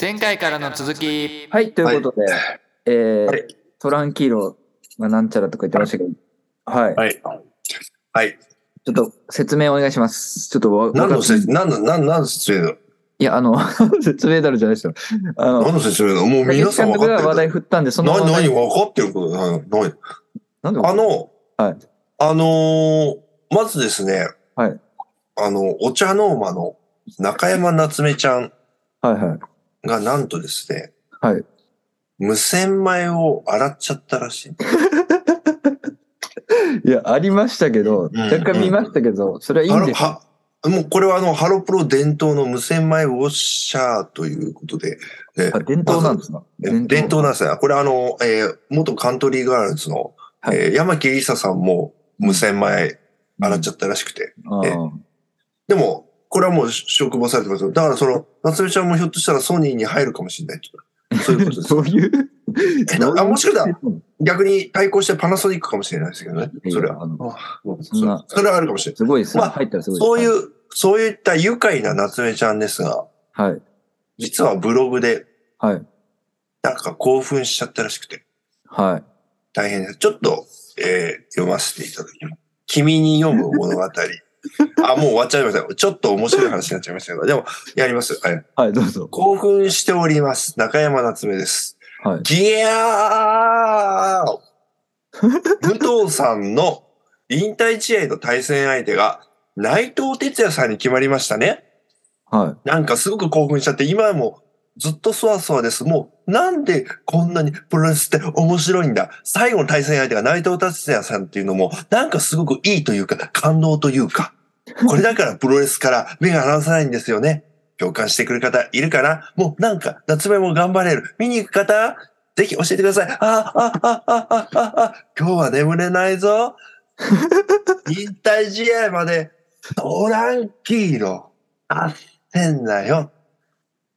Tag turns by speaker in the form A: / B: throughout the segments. A: 前回からの続き。
B: はい、ということで、えー
C: はい
B: トランキーロがなんちゃらとか言ってましたけど、はい。
C: はい。はい。
B: ちょっと説明お願いします。ちょっとわ
C: 何の
B: わか
C: 説、何の、何何の説明だ
B: いや、あの、 説明だろじゃないですよ。あの、
C: 何の説明だもう皆さん
B: 竹内監
C: 分
B: 督
C: か
B: が話
C: って
B: 題
C: る。
B: 振ったんで、その
C: 何、
B: 話題
C: 何分かってること何何
B: なんで
C: あの、
B: はい
C: あのーまずですね、
B: はい
C: あの、お茶の間の中山夏目ちゃん
B: はいはい。
C: がなんとですね、
B: はい。
C: 無洗米を洗っちゃったらしい。
B: いや、ありましたけど、
C: ん
B: 若干見ましたけど、それはいいんです
C: ハロはもうこれはあの、ハロプロ伝統の無洗米ウォッシャーということで、え
B: あ伝統なんですか
C: 伝統なんですね。これあの、えー元カントリーガールズの、
B: はい
C: えー山木りささんも無洗米洗っちゃったらしくて。
B: あー
C: でも、これはもう職場されてますよ。だからその、夏目ちゃんもひょっとしたらソニーに入るかもしれないと。そういうことです
B: ど。ういう
C: えなあもしかしたら逆に対抗してパナソニックかもしれないですけどね。それは。
B: は。あの
C: うん
B: そんな
C: それはあるかもしれない。
B: すごいですね。
C: まあ
B: 入ったらすごいです。
C: そういう、そういった愉快な夏目ちゃんですが、
B: はい。
C: 実はブログで
B: はい。
C: なんか興奮しちゃったらしくて。
B: はい。
C: 大変です。ちょっと、えー読ませていただきます。君に読む物語。 あ、もう終わっちゃいました。ちょっと面白い話になっちゃいましたけど、でも、やります。はい
B: はい、どうぞ。
C: 興奮しております。中山夏目です。
B: はい。
C: ギャー武藤さんの引退試合の対戦相手が内藤哲也さんに決まりましたね。
B: は
C: なんかすごく興奮しちゃって、今もずっとそわそわです。もう、なんでこんなにプロレスって面白いんだ。最後の対戦相手が内藤達也さんっていうのも、なんかすごくいいというか、感動というか。これだからプロレスから目が離せないんですよね。共感してくれる方いるかなもうなんか、夏目も頑張れる。見に行く方ぜひ教えてください。あ、あ、あ、あ、あ、あ、あ、今日は眠れないぞ。引退試合まで、トランキーロ。あっせんなよ。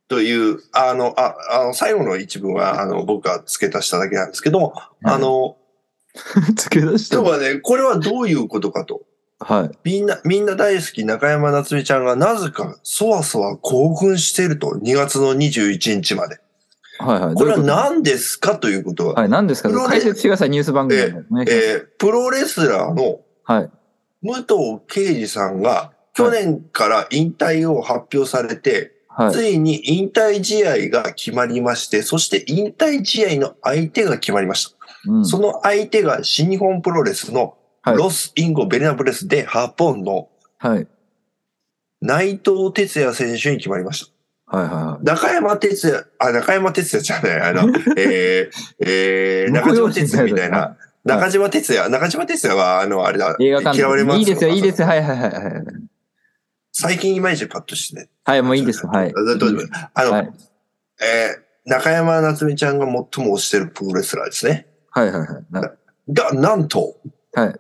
C: という、あの、あ、あの、最後の一文は、あの、僕が付け足しただけなんですけども、あの、
B: い。 付け出して
C: で
B: も
C: もね、これはどういうことかと。
B: はい。
C: みんな、みんな大好き中山夏美ちゃんがなぜかそわそわ興奮していると、2月の21日まで。
B: はいはい。
C: これは
B: どういうと
C: 何ですかということは、
B: はい、何ですか
C: プロレス
B: 解説してください、ニュース番組で。お願いします
C: えープロレスラーの
B: はい。
C: 武藤敬司さんが去年から引退を発表されて、
B: はい。
C: ついに引退試合が決まりまして、そして引退試合の相手が決まりました。
B: うん
C: その相手が新日本プロレスの
B: はい
C: ロス・インゴ・ベルナプレスでハーポンの
B: はい。
C: 内藤哲也選手に決まりました。
B: はいはいは
C: 中山哲也、あ、中山哲也じゃない、あの、えー、え
B: い。
C: ー、中島哲也みたいな。。中島哲也、中島哲也は、あの、あれだ、
B: 映画館
C: 嫌われます
B: いいですよ、いいですよ。はいはいはいはい。
C: 最近いまいちパッとしてね。
B: はい、もういいです。はい。
C: あどうぞあの、
B: はい
C: えー中山夏美ちゃんが最も推してるプロレスラーですね。
B: はいはいはい。な
C: が、なんと、
B: はい。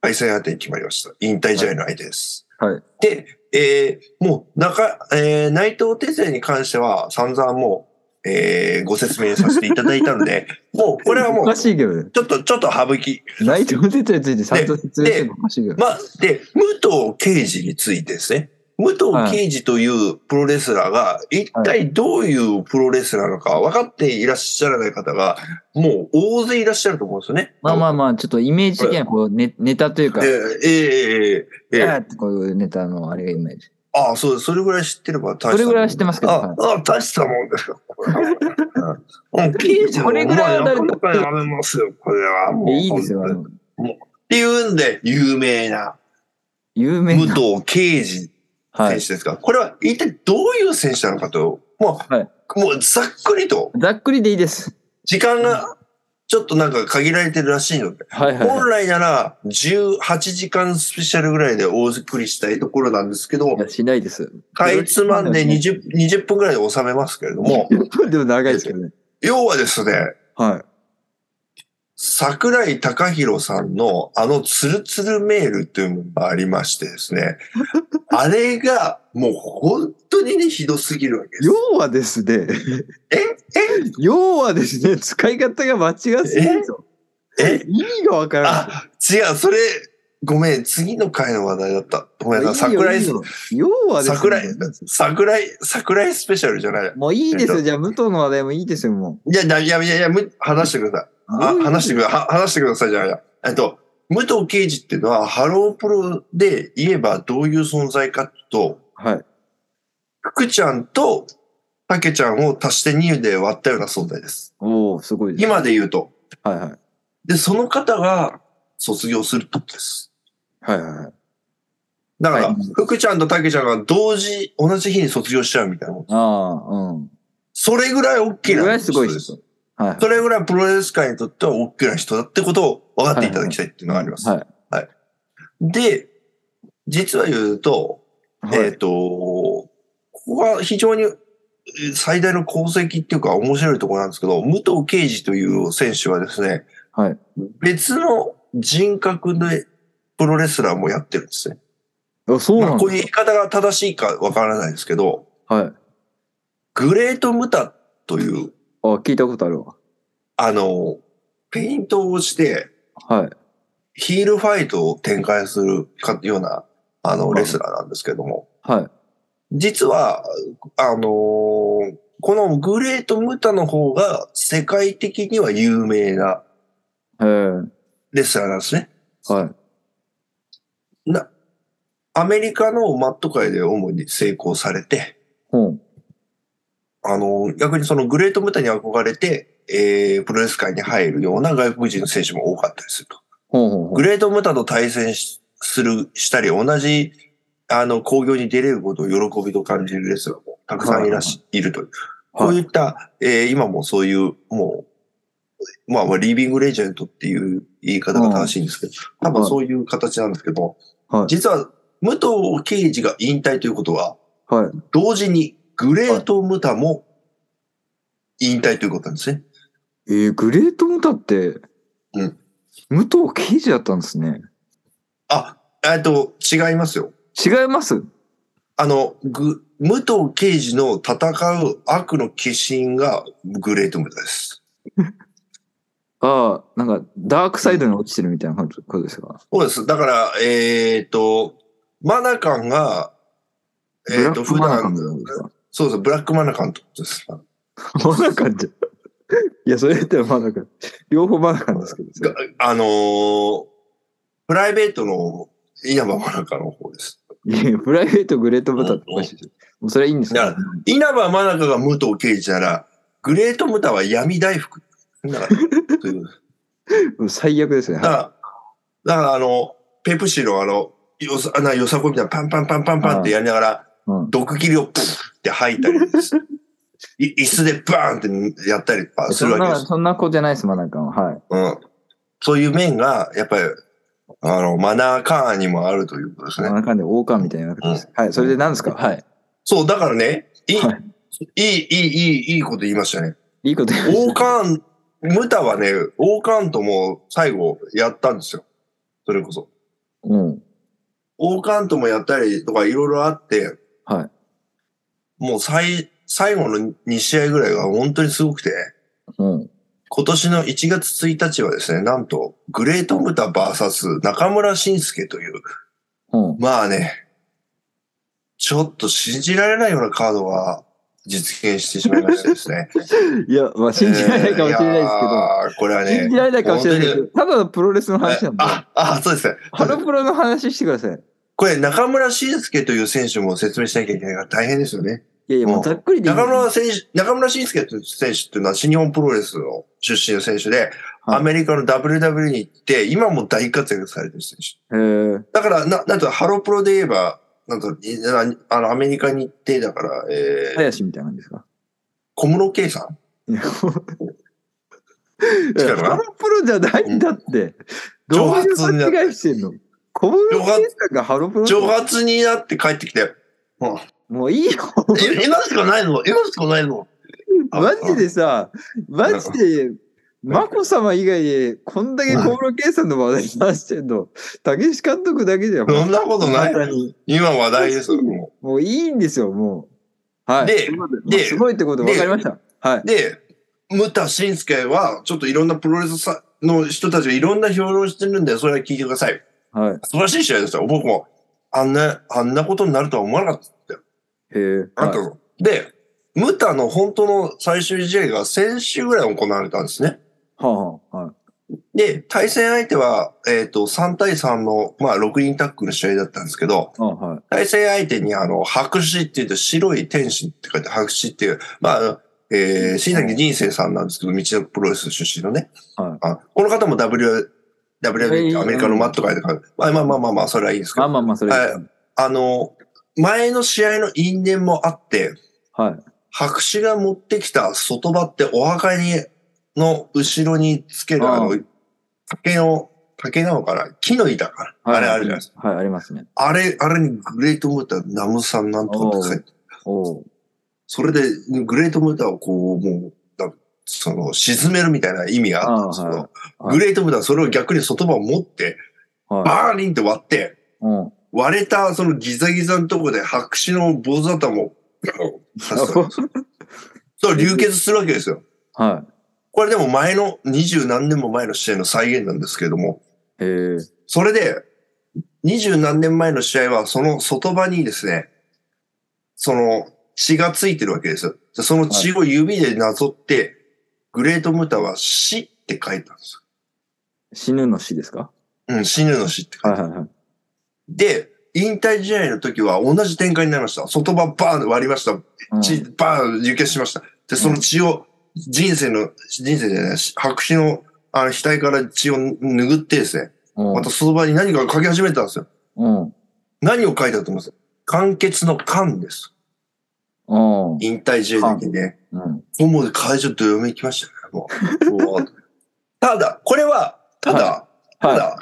C: 対戦相手に決まりました。引退試合の相手です。
B: はい。
C: で、えーもう、中、えー内藤哲也に関しては、散々もう、えーご説明させていただいたので、 もう、これはも
B: お
C: う、
B: か
C: ち
B: しいけどね。
C: ょっと、ちょっと省き。
B: 内藤哲也についてちゃんと説明してもおかしいけど。
C: まあ、で、武藤敬司についてですね。武藤敬司というプロレスラーが、一体どういうプロレスラーなのか分かっていらっしゃらない方が、もう大勢いらっしゃると思うんですよね。
B: まあまあまあ、ちょっとイメージ的にはこう、ねネタというか、
C: え
B: あ
C: ーえーえーえーえー
B: ーってこういうネタのあれがイメージ。
C: ああ、そうです。それぐらい知ってれば大したもん
B: それぐらいは知ってますけど
C: ああ、大したもんですよ。こ れはうん、刑事
B: これぐらいは誰だ
C: なかなかやめますよ、これは。もう
B: いいですよ、あ
C: っ
B: の、
C: ていうんで、有名な
B: 有名
C: 武
B: な。
C: 藤敬司
B: は
C: 選
B: い。
C: 手ですが、これは一体どういう選手なのかと、もう、
B: はい
C: もうざっくりと、
B: ざっくりでいいです。
C: 時間がちょっとなんか限られてるらしいので、
B: はいはいはい
C: 本。来なら18時間スペシャルぐらいでお送りしたいところなんですけど
B: い、や、しないです。
C: かいつまんで 20, 20分ぐらいで収めますけれ ども、
B: でも長いですけどね。
C: 要はですね、
B: はい。
C: 桜井隆弘さんのあのツルツルメールというのがありましてです ね、あれがもう本当にね、ひどすぎるわけです。
B: 要はですね、要はですね、使い方が間違ってるんですよ。
C: ええ
B: 意味がわからない。
C: あ、違う、それ、ごめん、次の回の話題だった。ごめんなさい、
B: い
C: 桜井
B: い、よいいよ要はですね
C: 桜井桜井、桜井スペシャルじゃない。
B: もういいですよ。じゃあ、武藤の話題もいいですよ、も
C: いや、いや、いや、いやいや、む話してください。
B: う。
C: あ、話してく
B: だ
C: ださい。話してくださいじゃないや。えっと、武藤敬司っていうのは、ハロープロで言えばどういう存在かっていうと、
B: さい。はい。
C: 福ちゃんと竹ちゃんを足して2で割ったような存在です。
B: おおすごいです。
C: 今で言うと。
B: はいはい。
C: で、その方が卒業するとです。
B: はいはいはい。
C: だから、
B: はい
C: 福ちゃんと竹ちゃんが同時、同じ日に卒業しちゃうみたいなもん。
B: ああ、うん。
C: それぐらい大きな
B: ぐらいすごい
C: 人
B: で
C: です。
B: す。はいはい。
C: それぐらいプロレス界にとっては大きな人だってことを分かっていただきたいっていうのがあります。
B: はい。
C: で、実は言うと、
B: はい
C: えっ、と、ここが非常にえー最大の功績っていうか面白いところなんですけど、武藤敬司という選手はですね、
B: はい
C: 別の人格でプロレスラーもやってるんですね。
B: あそう
C: ま
B: な
C: あ、
B: ん
C: こう
B: だ
C: いう言い方が正しいかわからないですけど、
B: はい。
C: グレートムタという、
B: あ、聞いたことあるわ。
C: あの、ペイントをして
B: はい。
C: ヒールファイトを展開するかような、あの、レスラーなんですけども、
B: はい。
C: 実は、あのーこのグレートムタの方が世界的には有名な
B: へえ。
C: レスラーなんですね。
B: はい。
C: な、アメリカのマット界で主に成功されて、
B: ほん。
C: あのー逆にそのグレートムタに憧れて、えー、プロレス界に入るような外国人の選手も多かったりすると。
B: ほんほんほ
C: グ
B: ん。
C: レートムタと対戦しする、したり、同じ、あの、興行に出れることを喜びと感じるレスラーもたくさんいらし、いるという。
B: はい
C: こういった、えー今もそういう、もう、まあまあ、リービングレジェンドっていう言い方が正しいんですけど、多分そういう形なんですけど、
B: はい。
C: 実は、武藤敬司が引退ということは、
B: はい。
C: 同時にグレートムタも引退ということなんですね。
B: えー、グレートムタって、
C: うん。
B: 武藤刑事だったんですね。
C: あ、えっと、違いますよ。
B: 違います
C: あの、ぐ、武藤刑事の戦う悪の化身がグレートムタです。
B: ああ、なんか、ダークサイドに落ちてるみたいなことですか。
C: そうです。だから、えっ、と、マナカンが、えっ、
B: ブラ
C: と、
B: ック
C: 普
B: マナ
C: 段
B: カン、じゃないですか。
C: そうそう、ブラックマナカンってことです。が
B: マナカンじゃん。いや、それやったらマナカン。両方マナカンですけど。
C: あのープライベートの稲葉マナカの方です。
B: いやいやプライベートグレートブタっておかしいでしょ。もうそれはいいんですよ。
C: 稲葉マナカが武藤刑事なら、グレートムタは闇大福。 だから、という
B: もう最悪ですね。
C: だか
B: は
C: ら、だからあの、ペプシのあの、よさ、なよさこみたいなパンパンパンパンパンってやりながら、
B: いうん
C: 毒切りをプッって吐いたりです、い椅子でバーンってやったりとかす
B: そ
C: る
B: ん
C: わけで
B: な、
C: す。
B: そんな子じゃないです、マナカンは。はい。
C: うん。そういう面が、やっぱり、あの、マナーカーンにもあるということです
B: マ
C: ね。
B: ナカンで王冠みたいなわけです。はい、それで何ですかはい。
C: そう、だからね、いい、、
B: はい
C: い、いい、いい、いいこと言いましたね。
B: いいこと言いました
C: 王冠、ムタはね、王冠とも最後やったんですよ。それこそ。
B: うん。
C: 王冠ともやったりとかいろいろあって、
B: はい。
C: もう最、最後の2試合ぐらいが本当にすごくて、
B: うん。
C: 今年の1月1日はですね、なんと、グレートムタバーサス中村晋介という、
B: うん。
C: まあね、ちょっと信じられないようなカードが実現してしまいましてですね。
B: いや、まあ、 信じられないかもしれないですけど。
C: ですけど。これは
B: 信じ
C: ね、
B: られないかもしれないですけど、ただのプロレスの話なんで。
C: あ、あ、そうですね。
B: ハロプロの話してください。
C: これ中村晋介という選手も説明しなきゃいけないから大変ですよね。
B: いやいや、もうざっくりでいい
C: 中村選手、中村慎介という選手っていうのは新日本プロレスの出身の選手で、
B: はい
C: アメリカの WWE に行って、今も大活躍されてる選手。
B: えー、
C: だから、な、なんとハロプロで言えば、なんと、いなあの、アメリカに行って、だから、えー、
B: 林みたいな感じですか
C: 小室圭さん
B: いやもう
C: 違
B: いうや
C: かな
B: ハロプロじゃないんだって。どういう間違いしてんの小室圭さんがハロプロ
C: 蒸発になって帰っ てきて、
B: もういいよ。
C: え今しかないの今しかないの
B: マジでさ、マジで、眞子さま以外で、こんだけ小室圭さんの話題話してんの、竹内監督だけじゃん。
C: そんなことない
B: まさに
C: 今話題ですよ、も
B: もういいんですよ、もう。はい。
C: で
B: ということまあ
C: です。。
B: ごいってこと分かりました。はいう
C: で、ムタ慎介は、ちょっといろんなプロレスさの人たちがいろんな評論してるんで、それは聞いてください。
B: はい。
C: 素晴らしい試合でしたよ。僕も、あんな、あんなことになるとは思わなかった。
B: へえ。
C: なんだ
B: はい
C: ろう。で、ムタの本当の最終試合が先週ぐらい行われたんですね。
B: はあはあはい。
C: で、対戦相手は、えっ、と、3対3の、まあ、6人タックルの試合だったんですけど、
B: あはい。
C: 対戦相手に、あの、白紙って言うと、白い天使って書いて白紙っていう、まああの、えー、新崎人生さんなんですけど、道のプロレス出身のね。
B: はい
C: あこの方も W、WW ってアメリカのマット書いてある。まあまあまあまあまあ、それはいいんですけ
B: あ
C: ど、
B: まあまあ、それ。
C: はいあの、前の試合の因縁もあって、
B: はい。
C: 白紙が持ってきた外場ってお墓に、の後ろにつけるあの
B: あ、
C: 竹の、竹なのかな木の板かな、
B: はい
C: あれあるじゃないですか。
B: はい、ありますね。
C: あれ、あれにグレートムーター、ナムさんなんとかって書いて、
B: おお。
C: それでグレートムーターをこう、もう、だその、沈めるみたいな意味があったんですけ
B: あ
C: ど、
B: はい
C: グレートムーターはそれを逆に外場を持って、
B: はい。
C: バーリンって割って、
B: うん。
C: 割れたそのギザギザのとこで白紙の坊主頭を、そう流血するわけですよ。
B: は
C: これでも前の、二十何年も前の試合の再現なんですけれども、
B: い。へえ。
C: それで、二十何年前の試合は、その外場にですね、その血がついてるわけですよ。でその血を指でなぞって、グレートムータは死って書いたんです
B: 死ぬの死ですか
C: よ。うん、死ぬの死って書いた。
B: はいはいはい。
C: で、引退試合の時は同じ展開になりました。外場バーンと割りました。
B: うん
C: 血、バーン流血しました。で、その血を、人生の、人生じゃない、白紙の、あの、額から血を拭ってですね、
B: うん
C: またその場に何か書き始めたんですよ。
B: うん。
C: 何を書いたと思います完結の完です。
B: うん。
C: 引退試合の時ね。
B: うん。
C: もうもう会場どよめきましたね、も ううわ。ただ、これは、ただ、た
B: は
C: だ、
B: い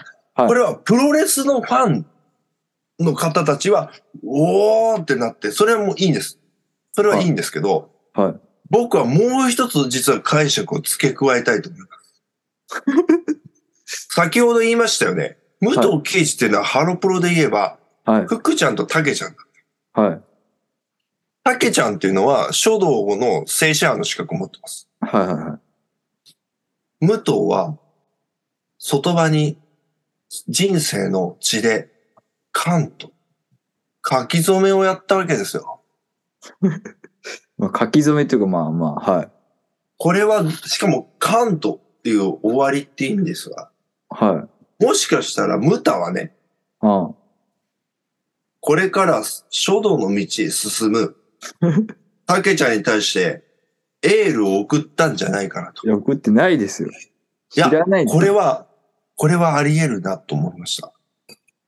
C: これはプロレスのファンの方たちは、おーってなって、それはもういいんです。それはいいんですけど、
B: いはい
C: 僕はもう一つ実は解釈を付け加えたいと思います。先ほど言いましたよね。武藤敬司っていうのはハロプロで言えば、
B: はい。はい。
C: ふっくちゃんとたけちゃん。
B: はい。
C: たけちゃんっていうのは書道の正社員の資格を持ってます。
B: はいはいはい。
C: 武藤は、外場に人生の血で、関と書き初めをやったわけですよ。
B: まあ、書き初めというか、まあまあ、はい。
C: これは、しかも関とっていう終わりって意味ですが、
B: はい。
C: もしかしたらムタはね、
B: あ
C: これから書道の道へ進む、たけちゃんに対して、エールを送ったんじゃないかなと
B: い。や、送ってないですよ。
C: い
B: 知
C: や
B: らないです
C: これは、これはあり得るなと思いました。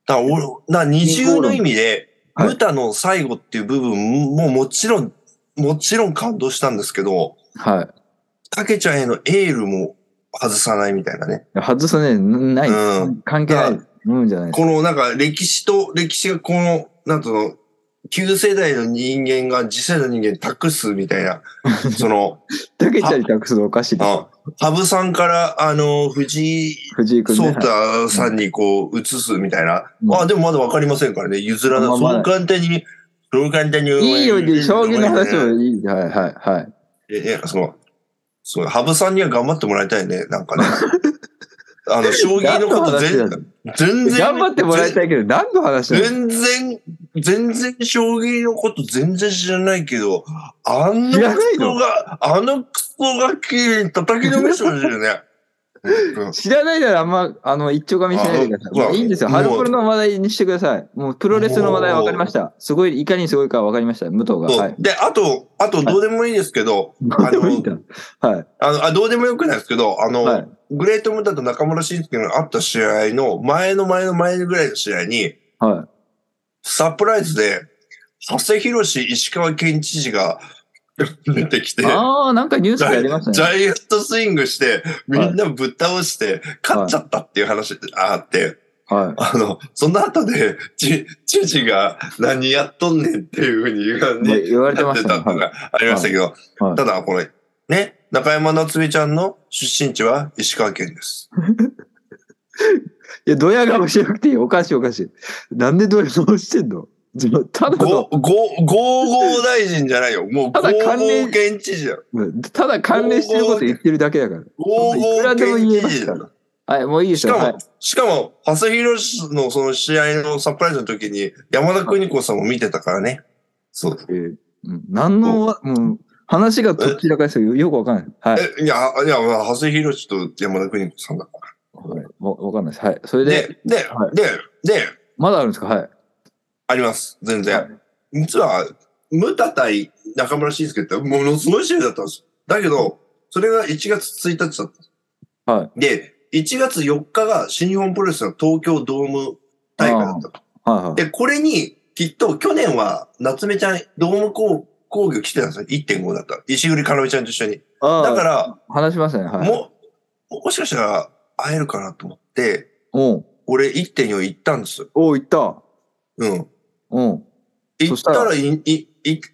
C: だから俺、な二重の意味で、
B: はい
C: ムタの最後っていう部分ももちろん、もちろん感動したんですけど、
B: はいい
C: たけちゃんへのエールも外さないみたいなね。
B: や。外さね、んない。
C: うん
B: 関係ない。うんじゃないです。
C: このなんか歴史と、歴史がこの、なんとの、旧世代の人間が次世代の人間に託すみた いな、その、
B: たけちゃんに託すのおかしいですよ。
C: あ羽生さんから、あの、藤井
B: 藤井君
C: ソ
B: ね。
C: ータさんにこう移すみたいな。
B: うん
C: あ、でもまだわかりませんからね。譲らない。
B: まあまあ
C: そう簡単に、そう簡単に。
B: いいよ、いいよ将棋の話
C: を。
B: はいい。はいはいはい。
C: え、え、その、そう、羽生さんには頑張ってもらいたいね。なん かね。あの、将棋のこと全
B: 何の話だ
C: 全然。
B: 頑張ってもらいたいけど、何の話なの
C: 全然、全然将棋のこと全然知らないけど、あの
B: 知らないの
C: クソが、あのクソが綺麗に叩きのめしてほしいよ ね。うん
B: 知らないならあんま、あの、一丁噛みしないでくださ
C: あ
B: い。もういいんですよ。
C: もう
B: ハロプロの話題にしてください。もうプロレスの話題分かりました。すごい、いかにすごいか分かりました。武藤が。
C: そう
B: はい。
C: で、あと、あとどうでもいいですけど、あの
B: いいんだ はい。
C: あの、あ、どうでもよくないですけど、あの、
B: はい。
C: グレートムータと中村慎介のあった試合の前の前の前ぐらいの試合に、
B: は
C: サプライズで、長谷博士、石川県知事が 出てきて、
B: い。
C: ジ
B: ああ、なんかニュースでやりましたね。
C: ャイアントスイングして、みんなぶっ倒して、勝っちゃったっていう話があって、
B: は
C: あの、その後で、ち知事が何やっとんねんっていうふうに言
B: い。
C: わ
B: 言われてま
C: れ
B: してた
C: た
B: ね。
C: の
B: はい
C: がありましたけど、
B: はい
C: ただこれ、ね、中山夏美ちゃんの出身地は石川県です。
B: いや、ドヤ顔しなくていい。おかしいおかしい。なんでドヤ顔してんのちょただ
C: ご
B: の、
C: ご合合大臣じゃないよ。もう合
B: ただ関連
C: 合県知事だよ。
B: ただ関連してること言ってるだけだから。
C: 合合
B: いくらでも言え
C: 県
B: ま
C: 知事
B: す
C: だ
B: か
C: よ
B: ら。はい、もういいでし
C: し
B: ょ。
C: かも、
B: はい、
C: しかも、長谷博のその試合のサプライズの時に、山田邦子さんも見てたからね。そう。
B: えーうん何のわ、もう、話がどちらかしてよよくわかんない。はい。
C: え、いや、いや、長谷博と山田邦子さんだか
B: はいわわかんないです。はい。それ
C: ら。
B: で、
C: で、で、
B: はい
C: で、で、
B: まだあるんですかはい。
C: あります。全然。
B: は
C: 実は、ムタ対中村慎介ってものすごい試合だったんですよ。だけど、それが1月1日だったんです。
B: は
C: で、1月4日が新日本プロレスの東京ドーム大会だったの。
B: はいはい。
C: で、これに、きっと去年は夏目ちゃん、ドーム工工業来てたんですよ。1.5だったら。石栗かなめちゃんと一緒に。
B: ああ、
C: だか
B: 話しましたね。
C: ら、
B: はい。
C: もう、もしかしたら会えるかなと思って、
B: おう
C: 俺1.4行ったんですよ。
B: おう、行った。
C: うん。
B: うん。
C: 行
B: そ
C: っ
B: した
C: た
B: ら
C: らい、い、い、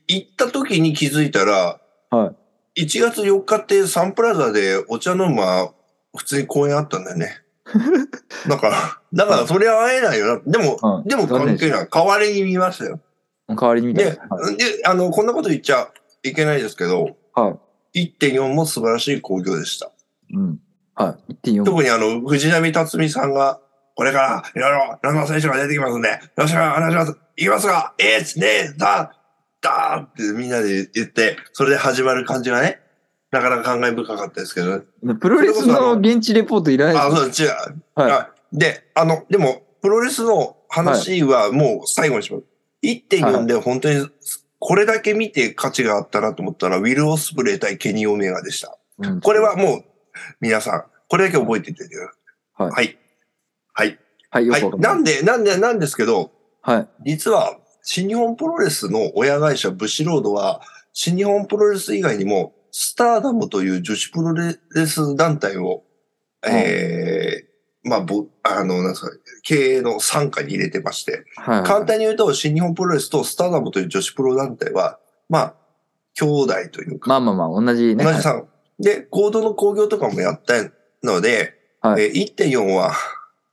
C: 行った時に気づいたら、
B: は
C: 1月4日ってサンプラザでお茶飲むは普通に公演あったんだ よね。だから、だからそれは会えないよな。でも、
B: はい
C: でも関係ない。代わりに見ましたよ。
B: 代わりに見た。
C: で、
B: はい
C: で。、あの、こんなこと言っちゃいけないですけど、
B: は
C: 1.4も素晴らしい興行でした。
B: い。うん。はい。1.4。
C: 特にあの、藤波辰巳さんが、これから、いろいろ、いろんな選手が出てきますんで、よろしくお願いします。いきますが、1、2、3、ダーンってみんなで言って、それで始まる感じがね、なかなか感慨深かったですけどね。
B: プロレスの現地レポートいらないです
C: あ、
B: ね
C: そう、違う。
B: はい
C: あで、あの、でも、プロレスの話はもう最後にします。1.4で本当に、これだけ見て価値があったなと思ったら、ウィル・オスプレイ対ケニー・オメガでした。
B: うん
C: これはもう、皆さん、これだけ覚えててくださ
B: はい
C: い。はい。
B: はい、よ
C: はい。
B: くわか
C: はい。
B: んな。
C: ないんで、なんで、なんですけど、
B: はい。
C: 実は、新日本プロレスの親会社、ブシロードは、新日本プロレス以外にも、スターダムという女子プロレス団体を、ええまあ、ぼ、あの、なんですか、経営の傘下に入れてまして、
B: はい。
C: 簡単に言うと、新日本プロレスとスターダムという女子プロ団体は、まあ、兄弟というか、
B: まあまあまあ、同じね。
C: 同じさん。で、コードの興行とかもやったので、
B: はい
C: えー1.4は、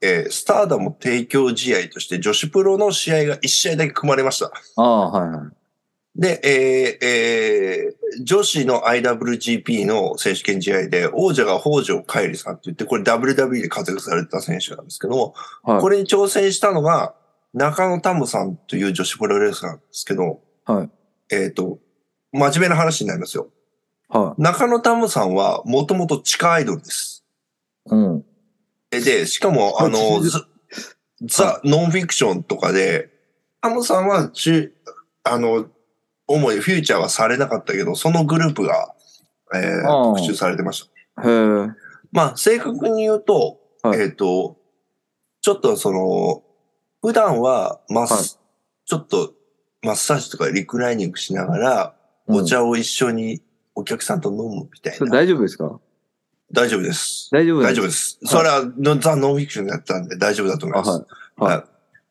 C: えースターダム提供試合として女子プロの試合が1試合だけ組まれました。
B: ああ、はいはい。
C: で、えーえー女子の IWGP の選手権試合で、王者が北条海里さんって言って、これ WWE で活躍されてた選手なんですけども、
B: はい
C: これに挑戦したのが、中野タムさんという女子プロレスラーなんですけど、
B: はい
C: えっ、と、真面目な話になりますよ。
B: は
C: 中野タムさんは、もともと地下アイドルです。
B: い。うん。
C: えで、し かも、あの、ザ・ザノンフィクションとかで、タムさんは、ちあの、主にフューチャーはされなかったけど、そのグループが、えー
B: あー
C: 特集されてました。
B: へえ。
C: まあ、正確に言うと、
B: はい
C: えっ、と、ちょっとその、普段は、マス、
B: はい
C: ちょっと、マッサージとかリクライニングしながら、
B: うん
C: お茶を一緒にお客さんと飲むみたい
B: それ
C: な。
B: 大丈夫ですか
C: 大丈夫です。
B: 大丈夫
C: 大丈
B: 夫。
C: 夫です。
B: はい
C: それはの、ザ・ノンフィクションだったんで大丈夫だと思います。
B: あ
C: は。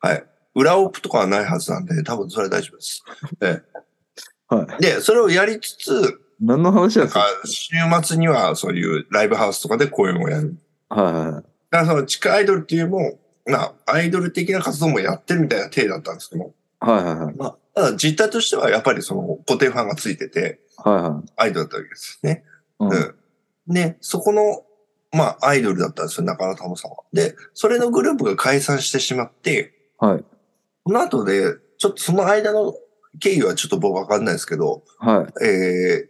B: はい
C: はい。裏オプとかはないはずなんで、多分それは大丈夫です。
B: はい。
C: で、それをやりつつ、
B: 何の話なん
C: な
B: です
C: ん
B: か
C: か、週末にはそういうライブハウスとかで公演をやる。
B: はいはいはい。
C: だからその地下アイドルっていうよりも、まあ、アイドル的な活動もやってるみたいな体だったんですけども、
B: はいはいはい。
C: まあ、ただ実態としてはやっぱりその固定ファンがついてて、
B: はいはい。
C: アイドルだったわけですね。
B: うん。
C: うん。で、そこの、まあ、アイドルだったんですよ、中野珠さんは。で、それのグループが解散してしまって、
B: はい。
C: その後で、ちょっとその間の経緯はちょっと僕わかんないですけど、
B: はい。
C: えー、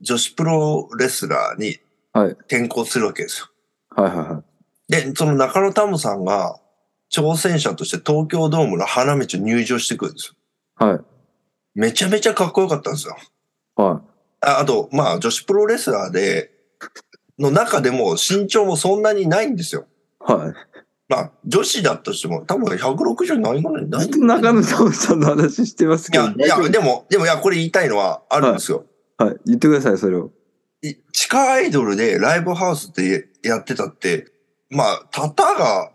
C: 女子プロレスラーに
B: はい
C: 転校するわけですよ。
B: はいはいはい。
C: で、その中野珠さんが、挑戦者として東京ドームの花道入場してくるんですよ。
B: はい。
C: めちゃめちゃかっこよかったんですよ。
B: は
C: ああと、まあ、女子プロレスラーで、の中でも身長もそんなにないんですよ。
B: い。は
C: まあ、女子だとしても、多分160ないぐらいない。
B: い。中野さんさんの話してます
C: い
B: けど。
C: や、いや、
B: 大丈
C: でも、でも、いや、これ言いたいのはあるんですよ。
B: 夫はい。言ってください、それを。
C: い地下アイドルでライブハウスってやってたって、まあ、たたが、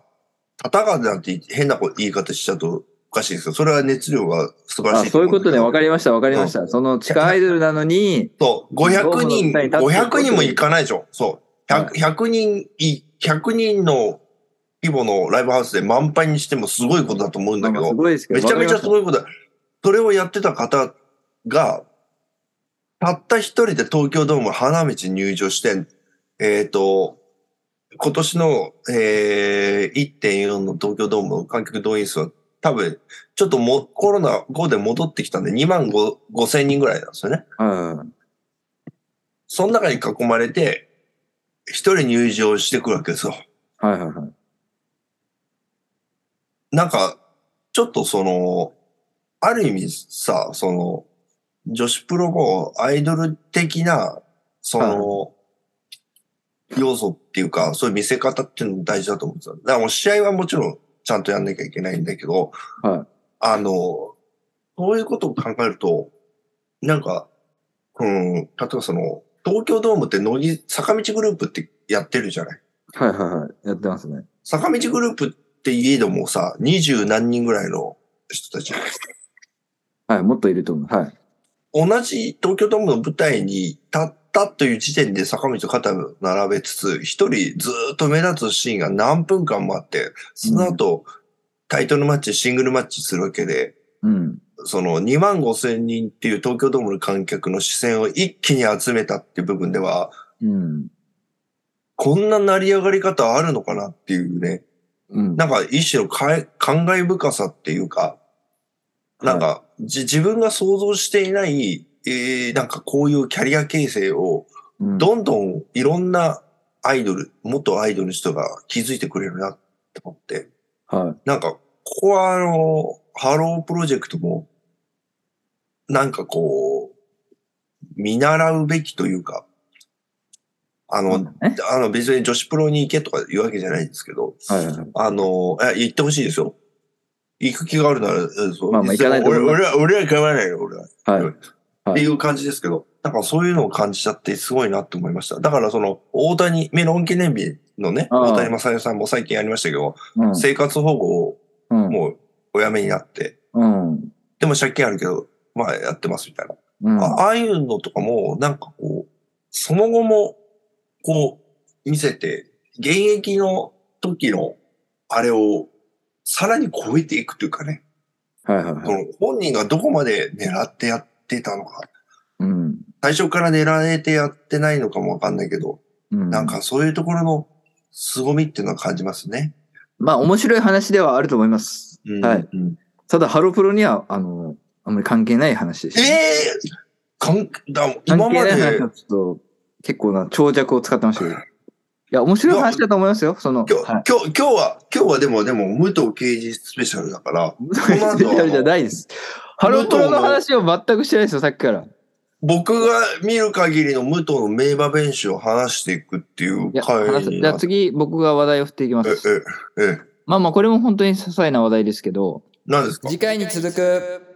C: たたがなんて変なこと言い方しちゃうとおかしいですよ。それは熱量が素晴ら
B: あ、
C: しい
B: そういうことね。わか
C: り
B: りました、わかりました。その地下アイドルなのに、
C: そう、500
B: ドームの下
C: 人、
B: に立ってること
C: 500人も行かないでしょ。そう。
B: は
C: 100, 100人い、100人の規模のライブハウスで満杯にしてもすごいことだと思うん
B: まあ
C: だけ
B: まあ
C: ど
B: す、ごいですけど。
C: めちゃめちゃす
B: わか
C: ごいことだ。それをやってた方が、たった一人で東京ドームの花道に入場して、えっ、と、今年の、えー、1.4の東京ドームの観客動員数は多分、ちょっともコロナ後で戻ってきたんで2万5 5千人ぐらいなんですよね。
B: うん。
C: その中に囲まれて、一人入場してくるわけですよ。
B: はいはいはい。
C: なんか、ちょっとその、ある意味さ、その、女子プロもアイドル的な、その、要素っていうか、そういう見せ方っていうのも大事だと思うんですよ。だからもう試合はもちろんちゃんとやんなきゃいけないんだけど、
B: はい
C: あの、そういうことを考えると、なんか、うん、例えばその、東京ドームって乃木、坂道グループってやってるじゃない
B: はいはいはい。やってますね。
C: 坂道グループっていえどもさ、二十何人ぐらいの人たちじゃない
B: はい、もっといると思う。はい。
C: 同じ東京ドームの舞台に立ったという時点で坂道と肩を並べつつ、一人ずーっと目立つシーンが何分間もあって、その後、タイトルマッチ、シングルマッチするわけで、
B: うん。
C: その2万5千人っていう東京ドームの観客の視線を一気に集めたっていう部分では、
B: うん。
C: こんな成り上がり方あるのかなっていうね。
B: うん。
C: なんか一種のかえ感慨深さっていうか、なんか、じ自分が想像していない、えー、なんかこういうキャリア形成を、
B: うん
C: どんどんいろんなアイドル、元アイドルの人が気づいてくれるなって思って、
B: は
C: なんか、ここはあの、ハロープロジェクトも、なんかこう、見習うべきというか、あ
B: い。
C: の、
B: ね。
C: あの別に女子プロに行けとか言うわけじゃないんですけど、
B: はいはいはい。
C: あの、え、行ってほしいですよ。行く気があるなら、えそう
B: まあまあ行かないと
C: 俺
B: 思う
C: 俺は、俺は構わないよ、俺は。
B: はい。
C: っ
B: はい
C: ていう感じですけど、なんかそういうのを感じちゃってすごいなって思いました。だからその、大谷、メロン記念日のね、
B: ああ
C: 大谷正代さんも最近やりましたけど、
B: うん
C: 生活保護を
B: うん。
C: もうおやめになって、
B: うん。
C: でも借金あるけど、まあやってますみたいな。
B: うん。
C: あああいうのとかも、なんかこう、その後も、こう、見せて、現役の時の、あれを、さらに超えていくというかね、
B: はいはい
C: そ
B: はい。
C: の本人がどこまで狙ってやってたのか、
B: うん。
C: 最初から狙えてやってないのかもわかんないけど、
B: うん
C: なんかそういうところの凄みっていうのは感じますね。
B: まあ面白い話ではあると思います。
C: うん
B: はい。
C: うん
B: ただハロプロにはあのあんまり関係ない話でし
C: え
B: た、ね。
C: えかんだ今
B: 関係
C: ま
B: ない話
C: で
B: は、ちょっと結構な長尺を使ってましたけど。いや面白い話だと思いますよ。その
C: 今日、
B: はい。
C: 今日、今日は、今日はでも、でも、武藤刑事スペシャルだから、の後
B: スペシャルじゃ ないです。ハロプロの話を全くしてないですよさっきから。
C: 僕が見る限りの武藤の名場弁集を話していくってい
B: い
C: う
B: や
C: 会
B: 話す
C: に
B: じゃ
C: な
B: あ
C: って。
B: 次僕が話題を振っていきま
C: え、
B: す。
C: え、え、
B: まあまあこれも本当に些細な話題ですけど。
C: 何ですか
A: 次回に続く